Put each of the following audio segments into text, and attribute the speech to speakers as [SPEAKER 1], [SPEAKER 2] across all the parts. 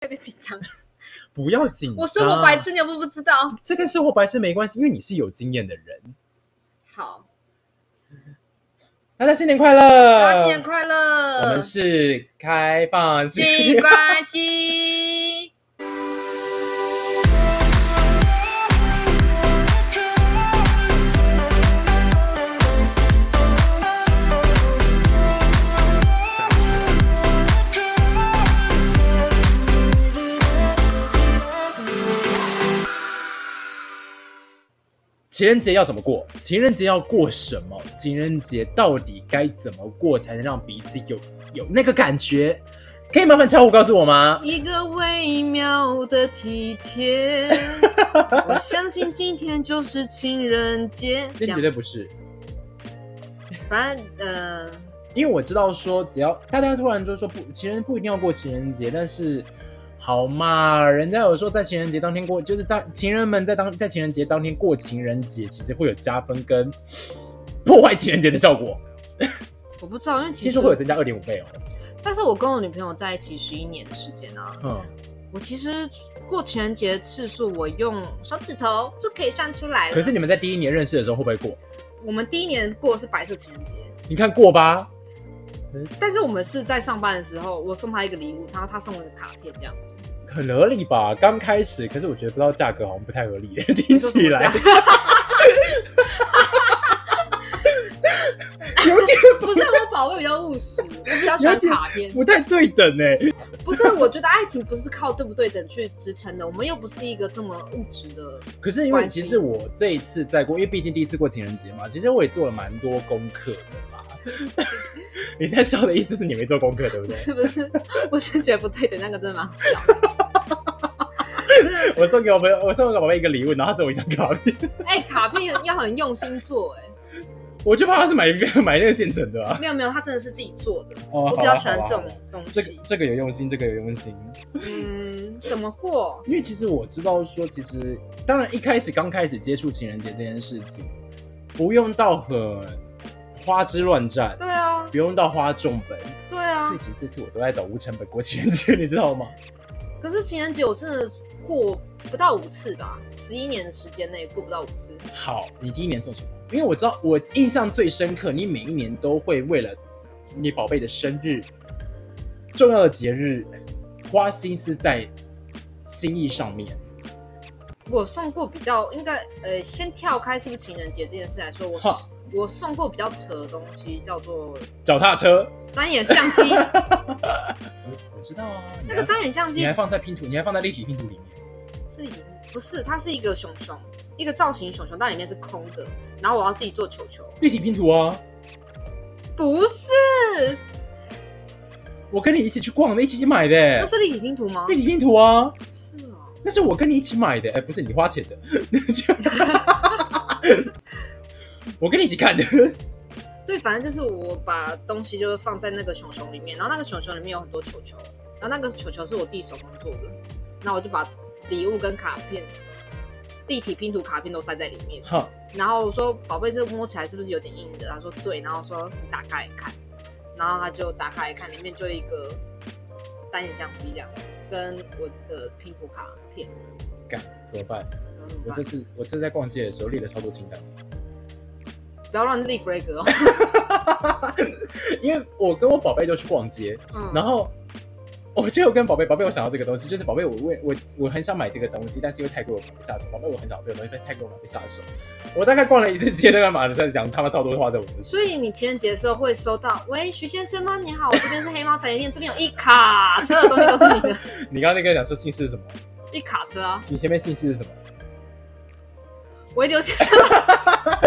[SPEAKER 1] 有点紧张。
[SPEAKER 2] 不要紧张。
[SPEAKER 1] 我生活白痴，你有没有不知道？
[SPEAKER 2] 这跟生活白痴没关系，因为你是有经验的人。
[SPEAKER 1] 好，
[SPEAKER 2] 大家新年快乐！
[SPEAKER 1] 大家新年快乐！
[SPEAKER 2] 我们是开放式
[SPEAKER 1] 没关系。
[SPEAKER 2] 情人节要怎么过？情人节要过什么？情人节到底该怎么过才能让彼此有有那个感觉？可以麻烦巧虎告诉我吗？
[SPEAKER 1] 一个微妙的体 贴，我相信今天就是情人节。这
[SPEAKER 2] 今天
[SPEAKER 1] 样
[SPEAKER 2] 绝，对不是，
[SPEAKER 1] 反正呃，
[SPEAKER 2] 因为我知道说，只要大家突然就说不，情人不一定要过情人节，但是好嘛，人家有说在情人节当天过，就是当情人们在当在情人节当天过情人节，其实会有加分跟破坏情人节的效果，
[SPEAKER 1] 我不知道，因为 其
[SPEAKER 2] 听
[SPEAKER 1] 实
[SPEAKER 2] 说会有增加二点五倍哦。
[SPEAKER 1] 但是我跟我女朋友在一起十一年的时间啊，
[SPEAKER 2] 嗯，
[SPEAKER 1] 我其实过情人节的次数，我用手指头就可以算出来了。
[SPEAKER 2] 可是你们在第一年认识的时候会不会过？
[SPEAKER 1] 我们第一年过的是白色情人节，
[SPEAKER 2] 你看过吧？
[SPEAKER 1] 但是我们是在上班的时候，我送她一个礼物，然后她送我一个卡片，这样子。
[SPEAKER 2] 很合理吧？刚开始，可是我觉得不知道价格好像不太合理，听起 来
[SPEAKER 1] 就这么讲
[SPEAKER 2] 有点
[SPEAKER 1] 不是我宝贝比较务实，我比较喜欢
[SPEAKER 2] 有点
[SPEAKER 1] 卡片。
[SPEAKER 2] 不太对等哎、
[SPEAKER 1] 不是，我觉得爱情不是靠对不对等去支撑的，我们又不是一个这么物质的。
[SPEAKER 2] 可是因为
[SPEAKER 1] 关
[SPEAKER 2] 其
[SPEAKER 1] 系
[SPEAKER 2] 实我这一次在过，因为毕竟第一次过情人节嘛，其实我也做了蛮多功课的 啦。 你现在笑的意思是你没做功课，对 不对？
[SPEAKER 1] 是不是？我是觉得不对等那个真的蛮好笑的。就是
[SPEAKER 2] 我送给我朋友，我送给我宝贝一个礼物，然后他送我一张卡片，
[SPEAKER 1] 哎、卡片要很用心做、哎，
[SPEAKER 2] 我就怕他是买买那个 现成的啊。
[SPEAKER 1] 没有没有，他真的是自己做的，
[SPEAKER 2] 哦，
[SPEAKER 1] 我比
[SPEAKER 2] 好
[SPEAKER 1] 较
[SPEAKER 2] 啊
[SPEAKER 1] 喜欢
[SPEAKER 2] 好啊
[SPEAKER 1] 这
[SPEAKER 2] 好啊
[SPEAKER 1] 种东
[SPEAKER 2] 这
[SPEAKER 1] 西
[SPEAKER 2] 个。这个有用心，这个有用心。
[SPEAKER 1] 嗯，怎么过？
[SPEAKER 2] 因为其实我知道说，其实当然一开始刚开始接触情人节这件事情，不用到很花枝乱颤，
[SPEAKER 1] 对啊，
[SPEAKER 2] 不用到花重本，
[SPEAKER 1] 对啊
[SPEAKER 2] 所以。其实这次我都在找无成本过情人节， 你知道吗？
[SPEAKER 1] 可是情人节我真的过不到五次吧，十一年的时间内过不到五次。
[SPEAKER 2] 好，你第一年送什么？因为我知道我印象最深刻，你每一年都会为了你宝贝的生日、重要的节日，花心思在心意上面。
[SPEAKER 1] 我送过比较应该呃，先跳开是不是情人节这件事来说，我
[SPEAKER 2] 哈
[SPEAKER 1] 我送过比较扯的东西叫做
[SPEAKER 2] 脚踏车，
[SPEAKER 1] 单眼相 机，
[SPEAKER 2] 我我知道啊，你
[SPEAKER 1] 那个
[SPEAKER 2] 还
[SPEAKER 1] 单眼相
[SPEAKER 2] 你
[SPEAKER 1] 机
[SPEAKER 2] 还放在拼图，你还放在立体拼图里面。
[SPEAKER 1] 是一不是它是一个熊熊，一个造型熊熊，但里面是空的，然后我要自己做球球，
[SPEAKER 2] 立体拼图啊！
[SPEAKER 1] 不是，
[SPEAKER 2] 我跟你一起去逛的，一起去买的、
[SPEAKER 1] 那是立体拼图吗
[SPEAKER 2] 立？体拼图啊，
[SPEAKER 1] 是哦，
[SPEAKER 2] 那是我跟你一起买的，哎、不是你花钱的， 我跟你一起看 的。
[SPEAKER 1] 对，反正就是我把东西就是放在那个熊熊里面，然后那个熊熊里面有很多球球，然后那个球球是我自己手工做的，那我就把礼物跟卡片、立体拼图卡片都塞在里面，
[SPEAKER 2] 哈，
[SPEAKER 1] 然后我说宝贝，这摸起来是不是有点硬的？他说对，然后说你打开来看，然后他就打开来看，里面就一个单眼相机这样，跟我的拼图卡片，
[SPEAKER 2] 干怎么办？
[SPEAKER 1] 然后怎么
[SPEAKER 2] 我
[SPEAKER 1] 办
[SPEAKER 2] 这次我这次在逛街的时候列了超多清单，
[SPEAKER 1] 不要乱立 flag 哦，
[SPEAKER 2] 因为我跟我宝贝都去逛街，
[SPEAKER 1] 嗯，
[SPEAKER 2] 然后我就有跟宝贝，宝贝我想要这个东西，就是宝贝我为我我很想买这个东西，但是因为太贵我买不下手，宝贝我很想要这个东西，但是太贵我买不下手。我大概逛了一次街，大概马上讲他妈超多话在我身上。
[SPEAKER 1] 所以你情人节的时候会收到，喂，徐先生吗？你好，我这边是黑猫产业链，这边有一卡车的东西都是你的，
[SPEAKER 2] 你刚刚那个讲说姓氏是什么？
[SPEAKER 1] 一卡车啊，
[SPEAKER 2] 你前面姓氏是什么？
[SPEAKER 1] 喂，刘先生吗啊，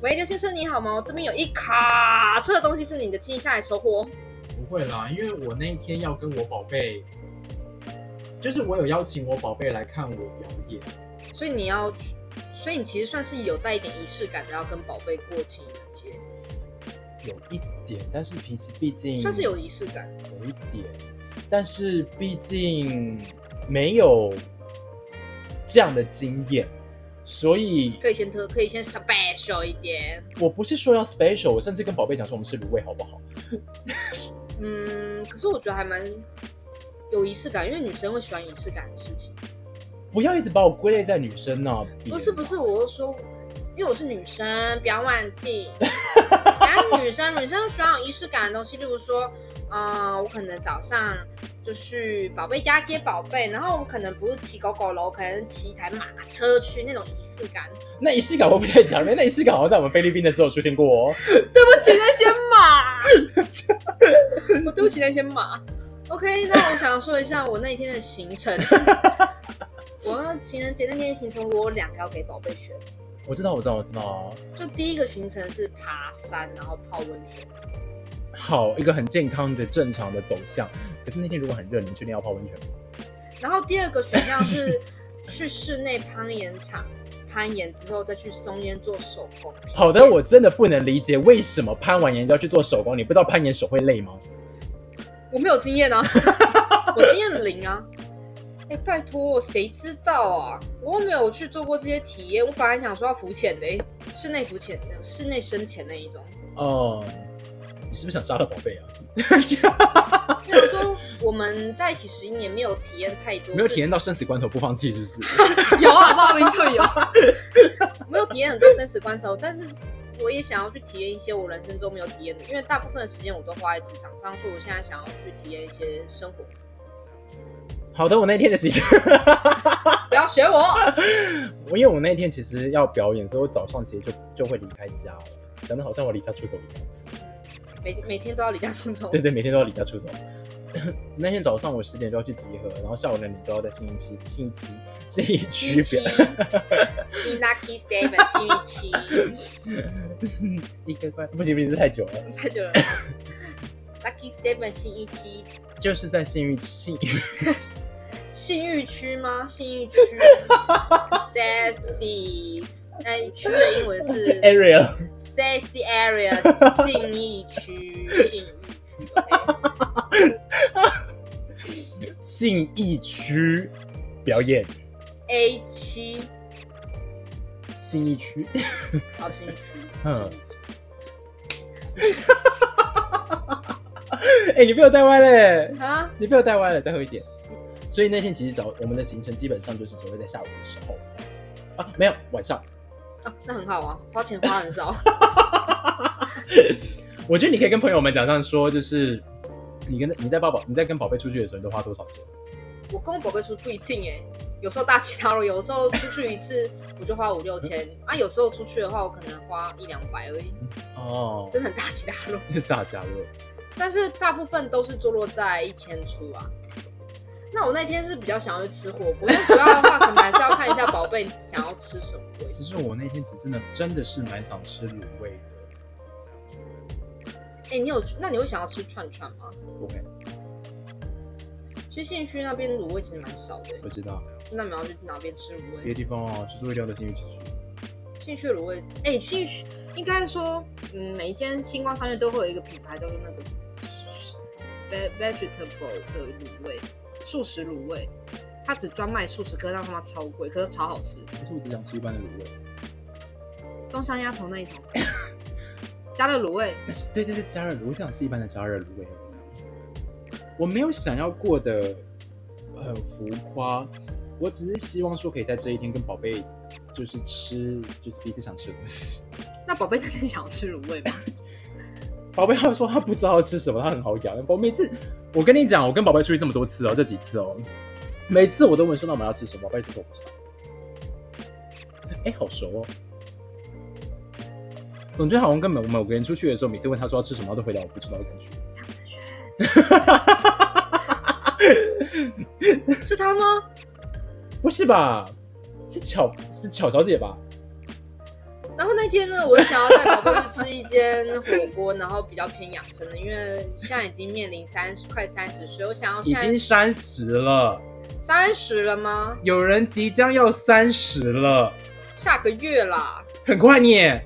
[SPEAKER 1] 喂，刘先生你好吗？我这边有一卡车的东西是你的，请你下来收货。
[SPEAKER 2] 不会啦，因为我那一天要跟我宝贝，就是我有邀请我宝贝来看我表演。
[SPEAKER 1] 所以你要去，所以你其实算是有带一点仪式感的，要跟宝贝过情人节，
[SPEAKER 2] 有一点，但是脾气毕竟
[SPEAKER 1] 算是有仪式感。
[SPEAKER 2] 有一点，但是毕竟没有这样的经验，所以
[SPEAKER 1] 可以先特，可以先 special 一点。
[SPEAKER 2] 我不是说要 special，我甚至跟宝贝讲说我们吃卤味好不好？
[SPEAKER 1] 嗯，可是我觉得还蛮有仪式感，因为女生会喜欢仪式感的事情。
[SPEAKER 2] 不要一直把我归类在女生那、边
[SPEAKER 1] 不是不是，我是说，因为我是女生，不要忘记。然后女生，女生喜欢有仪式感的东西，例如说，嗯、我可能早上就是宝贝家接宝贝，然后我可能不是骑狗狗楼，可能骑一台马车去那种仪式感。
[SPEAKER 2] 那仪式感会不会太强烈？那仪式感好像在我们菲律宾的时候出现过哦。
[SPEAKER 1] 对不起那些马，我对不起那些马。OK，那我想说一下我那一天的行程。我情人节那天的行程，我有两个要给宝贝选。
[SPEAKER 2] 我知道，我知道，我啊知道。
[SPEAKER 1] 就第一个行程是爬山，然后泡温泉。
[SPEAKER 2] 好，一个很健康的、正常的走向。可是那天如果很热，你们确定要泡温泉吗？
[SPEAKER 1] 然后第二个选项是去室内攀岩场攀岩之后，再去松烟做手工。
[SPEAKER 2] 好的，我真的不能理解为什么攀完岩要去做手工。你不知道攀岩手会累吗？
[SPEAKER 1] 我没有经验啊， 我经验零啊。哎、拜托，谁知道啊？我又没有去做过这些体验。我本来想说要浮潜的、室内浮潜的、室内深潜那一种。
[SPEAKER 2] 哦、你是不是想杀了宝贝啊？
[SPEAKER 1] 因为说我们在一起十一年，没有体验太多，
[SPEAKER 2] 没有体验到生死关头不放弃，是不是？
[SPEAKER 1] 有啊，报名就有。没有体验很多生死关头，但是我也想要去体验一些我人生中没有体验的，因为大部分的时间我都花在职场上，所以我现在想要去体验一些生活。
[SPEAKER 2] 好的，我那天的行程，
[SPEAKER 1] 不要学我，
[SPEAKER 2] 我 因为我那天其实要表演，所以我早上其实就就会离开家了。讲的好像我离家出走一样。
[SPEAKER 1] 每每天都要离家出走。
[SPEAKER 2] 对对，每天都要离家出走。 那天早上我十点就要去集合，然后下午两点就要在新一期、新一期、新一区
[SPEAKER 1] 七
[SPEAKER 2] 表
[SPEAKER 1] 七七 lucky seven 七一七，
[SPEAKER 2] 一个怪，不行不行，这太久了。
[SPEAKER 1] 太 久了。lucky seven 信义七，
[SPEAKER 2] 就是在信誉信 誉
[SPEAKER 1] 信誉区吗？信 誉区，sexy，那区的英文 是
[SPEAKER 2] area，
[SPEAKER 1] Sexy Area 信义区，信义区。OK
[SPEAKER 2] 信义区表演，
[SPEAKER 1] A 七，
[SPEAKER 2] 信义区。
[SPEAKER 1] 好信义区，
[SPEAKER 2] 嗯
[SPEAKER 1] 信义区
[SPEAKER 2] 哎、你被我带歪嘞，
[SPEAKER 1] 啊，
[SPEAKER 2] 你被我带歪了，再喝一点。所以那天其实早我们的行程基本上就是只会在下午的时候啊，没有晚上。
[SPEAKER 1] 啊那很好啊，花钱花很少。
[SPEAKER 2] 我觉得你可以跟朋友们讲这样说，就是你跟你在抱宝你在跟宝贝出去的时候，你都花多少钱？
[SPEAKER 1] 我跟我宝贝出不一定哎、有时候大起大落，有时候出去一次我就花五六千啊，有时候出去的话我可能花一两百而已，
[SPEAKER 2] 哦，
[SPEAKER 1] 真的很大起大落。
[SPEAKER 2] 这 是大家乐。
[SPEAKER 1] 但是大部分都是坐落在一千出啊。那我那天是比较想要去吃火锅，因为主要的话可能还是要看一下宝贝想要吃什么味。
[SPEAKER 2] 其实我那天只真的真的是蛮想吃卤味的，
[SPEAKER 1] 哎、你有去那你会想要吃串串吗？
[SPEAKER 2] 不会，
[SPEAKER 1] 其实信义区那边卤味其实蛮少的，
[SPEAKER 2] 我知道
[SPEAKER 1] 那你们要去哪边吃卤
[SPEAKER 2] 别的
[SPEAKER 1] 味？
[SPEAKER 2] 地方哦，就是会料的信誉指数。
[SPEAKER 1] 信义区的卤味，哎、信义区应该说，嗯，每一间星光商业都会有一个品牌叫做那个 ve- vegetable 的卤味，素食卤味，它只专卖素食，可是它他妈超贵，可是超好吃。
[SPEAKER 2] 可是我只想吃一般的卤味。
[SPEAKER 1] 东山鸭头那一种，加了卤味，
[SPEAKER 2] 但是对对对，加热卤，我只想吃一般的加热卤味而已。我没有想要过的很浮夸，我只是希望说可以在这一天跟宝贝就是吃，就是彼此想吃的东西。
[SPEAKER 1] 那宝贝那天想要吃卤味吗？
[SPEAKER 2] 宝贝他说他不知道要吃什么，他很好养。我每次我跟你讲，我跟宝贝出去这么多次哦，这几次哦，每次我都问说那我们要吃什么，宝贝就说我不知道。哎，好熟哦。总之好像跟某某个人出去的时候，每次问他说要吃什么，他都回答我不知道的感觉。
[SPEAKER 1] 杨子轩， 是他吗？
[SPEAKER 2] 不是吧？是巧是巧小姐吧？
[SPEAKER 1] 然后那天呢，我想要带宝贝去吃一间火锅，然后比较偏养生的，因为现在已经面临三十快三十岁，我想要
[SPEAKER 2] 已
[SPEAKER 1] 现
[SPEAKER 2] 经
[SPEAKER 1] 在
[SPEAKER 2] 三十了，
[SPEAKER 1] 三十了吗？
[SPEAKER 2] 有人即将要三十了，
[SPEAKER 1] 下个月啦，
[SPEAKER 2] 很快你耶。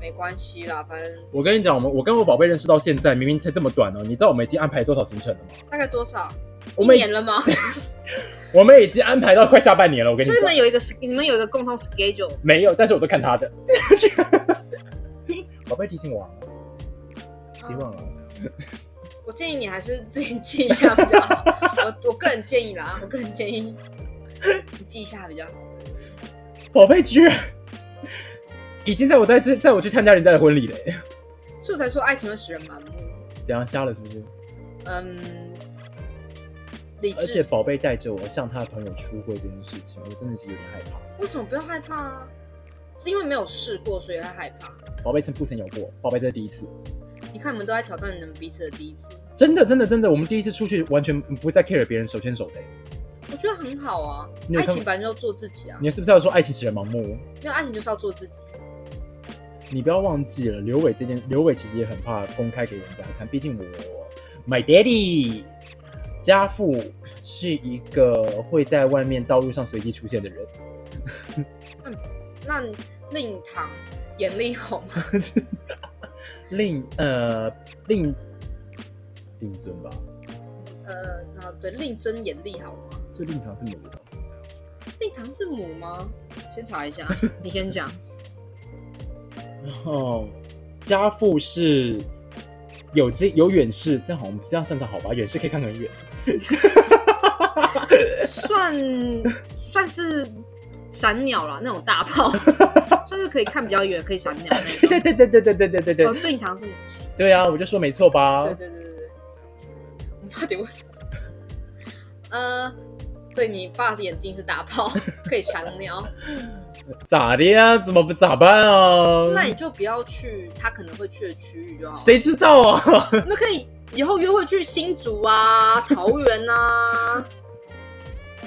[SPEAKER 1] 没关系啦，反正
[SPEAKER 2] 我跟你讲，我们我跟我宝贝认识到现在，明明才这么短哦，你知道我们已经安排多少行程了吗？
[SPEAKER 1] 大概多少？
[SPEAKER 2] 我
[SPEAKER 1] 一
[SPEAKER 2] 们已
[SPEAKER 1] 年了吗？所
[SPEAKER 2] 我们已经安排到快下半年了，我跟你
[SPEAKER 1] 以你
[SPEAKER 2] 讲
[SPEAKER 1] 们。有一个 sch- 你们有一个共同 schedule，
[SPEAKER 2] 没有，但是我都看他的。 宝贝提醒我、啊，希望啊。
[SPEAKER 1] 我建议你还是自己记一下比较好。我我个人建议啦，我个人建议你记一下比较好。
[SPEAKER 2] 宝贝居然已经在我在这，在我去参加人家的婚礼嘞，
[SPEAKER 1] 所以我才说爱情会使人盲目。
[SPEAKER 2] 怎样瞎了是不是？
[SPEAKER 1] 嗯，理
[SPEAKER 2] 而
[SPEAKER 1] 智。
[SPEAKER 2] 且宝贝带着我向他的朋友出柜这件事情，我真的是有点害怕。
[SPEAKER 1] 为什么不要害怕啊？是因为没有试过，所以会害怕。
[SPEAKER 2] 宝贝曾不曾有过，宝贝这是第一次，
[SPEAKER 1] 你看，你们都在挑战你们彼此的第一次，
[SPEAKER 2] 真的真的真的，我们第一次出去完全不再 care 别人手牵手的欸。
[SPEAKER 1] 我觉得很好啊。
[SPEAKER 2] 你有
[SPEAKER 1] 爱
[SPEAKER 2] 看
[SPEAKER 1] 情本来就做自己啊，
[SPEAKER 2] 你是不是要说爱情使人盲目？
[SPEAKER 1] 因为爱情就是要做自己。
[SPEAKER 2] 你不要忘记了，刘伟这件，刘伟其实也很怕公开给人家看，毕竟我，my daddy，家父是一个会在外面道路上随机出现的人。
[SPEAKER 1] 那令堂眼力红 吗？
[SPEAKER 2] 令呃令令尊吧，
[SPEAKER 1] 呃，啊对，令尊眼力好吗？
[SPEAKER 2] 这令堂是母的吧？
[SPEAKER 1] 令堂是母吗？先查一下，你先讲。
[SPEAKER 2] 然后家父是有近有远视，但好像这样算是好吧？远视可以看很远，
[SPEAKER 1] 算算是闪鸟啦，那种大 炮，算是可以看比较远，可以闪鸟那种。
[SPEAKER 2] 对对对对对对对对对
[SPEAKER 1] 哦，令堂是母亲。
[SPEAKER 2] 对啊！我就说没错吧
[SPEAKER 1] 对？对对对对，我们到底为什么？呃，对你爸的眼睛是大 炮，可以闪鸟，
[SPEAKER 2] 咋的呀？怎么不咋办啊？
[SPEAKER 1] 那你就不要去他可能会去的区域就好。？
[SPEAKER 2] 谁知道啊？
[SPEAKER 1] 我们可以以后约会去新竹 啊、桃园啊。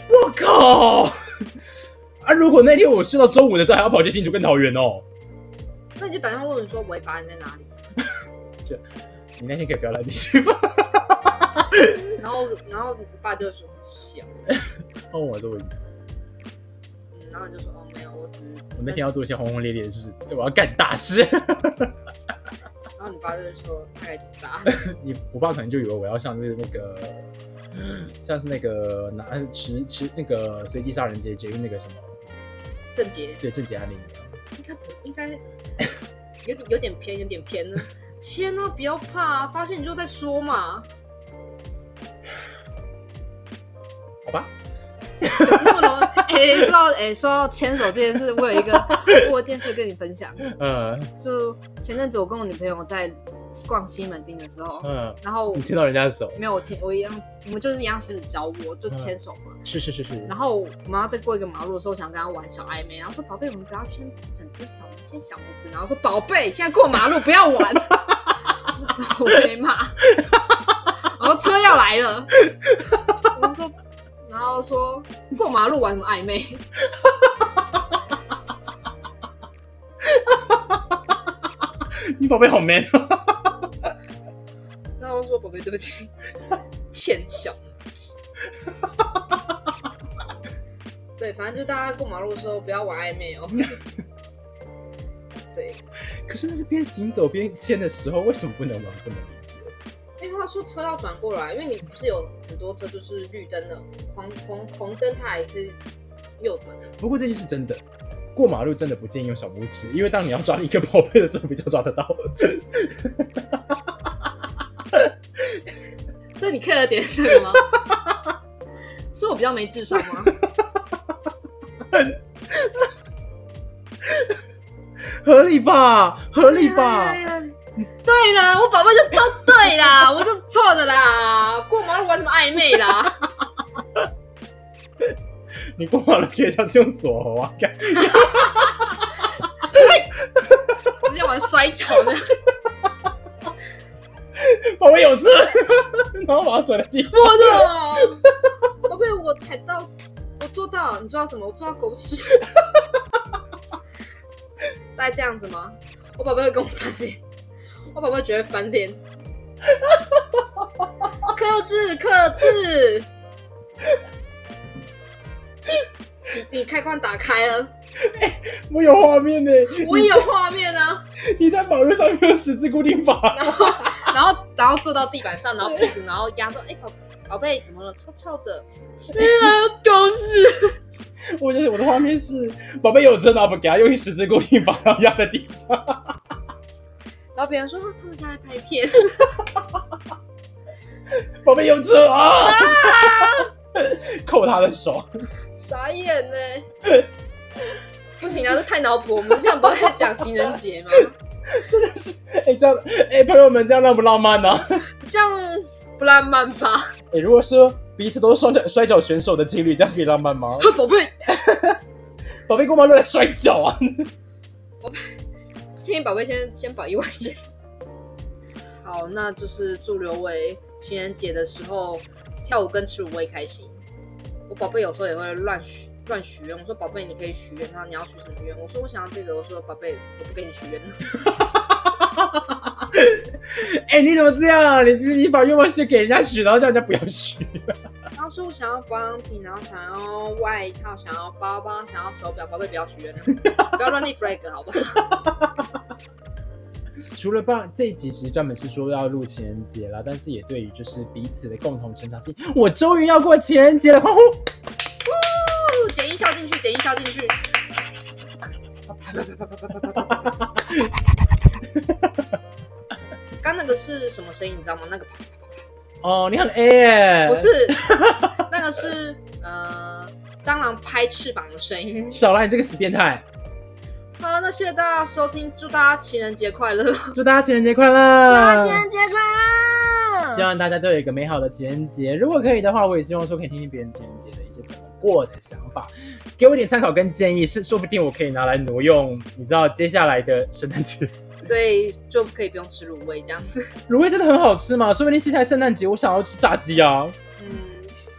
[SPEAKER 2] 我靠！ 啊，如果那天我睡到中午的时候还要跑去新竹跟桃园哦，
[SPEAKER 1] 那你就打电话问我说尾巴你在哪里，
[SPEAKER 2] 你那天可以不要来 这句吧？
[SPEAKER 1] 然后然后你爸就说小，
[SPEAKER 2] 哦，我都我
[SPEAKER 1] 嗯然后你就说哦没有，我只是
[SPEAKER 2] 那天要做一些轰轰烈烈的事，对，我要干大事。
[SPEAKER 1] 然后你爸就会说大概多大？
[SPEAKER 2] 你我爸可能就以为我要像是那个，像是那个拿呃持持那个随机杀人节节育那个什么，
[SPEAKER 1] 郑杰
[SPEAKER 2] 对郑捷案例一样。
[SPEAKER 1] 应该不应该有点有点偏，有点偏呢。签啊，不要怕、啊，发现你就再说嘛。
[SPEAKER 2] 好吧，
[SPEAKER 1] 怎么那么容易 哎、说到哎、说到牵手这件事，我有一个我有一件事跟你分享，
[SPEAKER 2] 嗯
[SPEAKER 1] 就前阵子我跟我女朋友在逛西门町的时候，
[SPEAKER 2] 嗯，
[SPEAKER 1] 然后
[SPEAKER 2] 你牵到人家的手，
[SPEAKER 1] 没有我牵我一样，我们就是一样是找我就牵手嘛。
[SPEAKER 2] 是是是是
[SPEAKER 1] 然，后我们要再过一个马路的时候，我想跟他玩小暧昧，然后说宝贝，我们不要牵整只手，我们牵小拇指。然后说宝贝，现在过马路不要玩。 然后我被骂，然后车要来了，我们说，然后说过马路玩什么暧昧？
[SPEAKER 2] 你宝贝好 man 哦
[SPEAKER 1] 然后我说宝贝，对不起，欠小拇指。对，反正就大家过马路的时候不要玩暧昧哦。 对，
[SPEAKER 2] 可是那是边行走边牵的时候，为什么不能玩？不能理解。
[SPEAKER 1] 因为他哎说车要转过来，因为你不是有很多车就是绿灯的，红红红灯它还是右转。
[SPEAKER 2] 不过这件事真的，过马路真的不建议用小拇指，因为当你要抓一个宝贝的时候，比较抓得到。
[SPEAKER 1] 所以你 care 的点是什么？ 是我比较没智商吗？
[SPEAKER 2] 合理吧， 合理吧。
[SPEAKER 1] 啊对啦，我宝贝就都对啦，我就错的啦，过马路玩什么暧昧啦？
[SPEAKER 2] 你过马路可以像是用锁喉啊，干
[SPEAKER 1] 直接玩摔跤的，
[SPEAKER 2] 宝贝有事， 然后把它甩在地上。
[SPEAKER 1] 错的。宝贝，我踩到，我做到，你做到什么？我做到狗屎。大概这样子吗？我宝贝会跟我翻脸，我宝贝绝对翻脸。克制，克制。你你开关打开了，
[SPEAKER 2] 我有画面呢、
[SPEAKER 1] 我也有画面啊。
[SPEAKER 2] 你在马路上面用十字固定法，
[SPEAKER 1] 然后然后坐到地板上，然后屁股，然后压说：“哎、宝宝贝，怎么了？臭臭的，哎狗屎。”
[SPEAKER 2] 我觉得我的画面是宝贝有针啊，不给他用十字固定法，然后压在地上。
[SPEAKER 1] 然后别人说啊他们家在拍片，
[SPEAKER 2] 宝贝有车啊！ 扣他的手，
[SPEAKER 1] 傻眼呢、 不行啊，这太脑补，我们这样不是在讲情人节 吗？
[SPEAKER 2] 真的是，哎、这样，哎、朋友们，这样浪不浪漫呢、
[SPEAKER 1] 这样不浪漫吧？
[SPEAKER 2] 哎、如果说彼此都是双脚摔跤选手的情侣，这样可以浪漫吗？
[SPEAKER 1] 宝贝，
[SPEAKER 2] 宝贝过马路来摔跤啊！
[SPEAKER 1] 建议宝贝先先保一万先。好，那就是祝刘维情人节的时候跳舞跟吃五味开心。我宝贝有时候也会乱许乱许愿，我说宝贝你可以许愿，他说你要许什么愿？我说我想要这个，我说宝贝我不给你许愿了。
[SPEAKER 2] 哎、你怎么这样啊？你你把愿望写给人家许，然后叫人家不要许。
[SPEAKER 1] 然后说我想要保养品，然后想要外套，想要包包，想要手表，宝贝不要许愿了，不要乱立 flag 好不 好？
[SPEAKER 2] 除了把这一集其实专门是说要录情人节啦，但是也对于就是彼此的共同成长期，我终于要过情人节了，欢呼！
[SPEAKER 1] 不，剪音效进去，剪音效进去。刚那个是什么声音？你知道吗？那个啪
[SPEAKER 2] 哦，你很 A，
[SPEAKER 1] 不是，那个是呃蟑螂拍翅膀的声音。
[SPEAKER 2] 少来你这个死变态！
[SPEAKER 1] 好，那谢谢大家收听，祝大家情人节快乐！
[SPEAKER 2] 祝大家情人节快乐！
[SPEAKER 1] 节快
[SPEAKER 2] 希！望大家都有一个美好的情人节。如果可以的话，我也希望说可以听听别人情人节的一些怎么过的想法，给我一点参考跟建议，是说不定我可以拿来挪用。你知道接下来的圣诞节，
[SPEAKER 1] 对，就可以不用吃卤味这样子。
[SPEAKER 2] 卤味真的很好吃嘛？说不定现在圣诞节我想要吃炸鸡啊！
[SPEAKER 1] 嗯，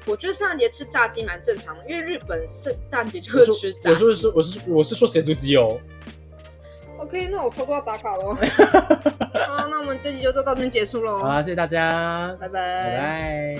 [SPEAKER 1] 我觉得圣诞节吃炸鸡蛮正常的，因为日本圣诞节就
[SPEAKER 2] 我
[SPEAKER 1] 会
[SPEAKER 2] 说
[SPEAKER 1] 吃炸
[SPEAKER 2] 我
[SPEAKER 1] 鸡。
[SPEAKER 2] 说是我是我是说咸酥鸡哦。
[SPEAKER 1] OK，那我差不多要打卡 喽。好，那我们这集就到这边结束喽啊
[SPEAKER 2] 好，啦，谢谢大家，
[SPEAKER 1] 拜
[SPEAKER 2] 拜拜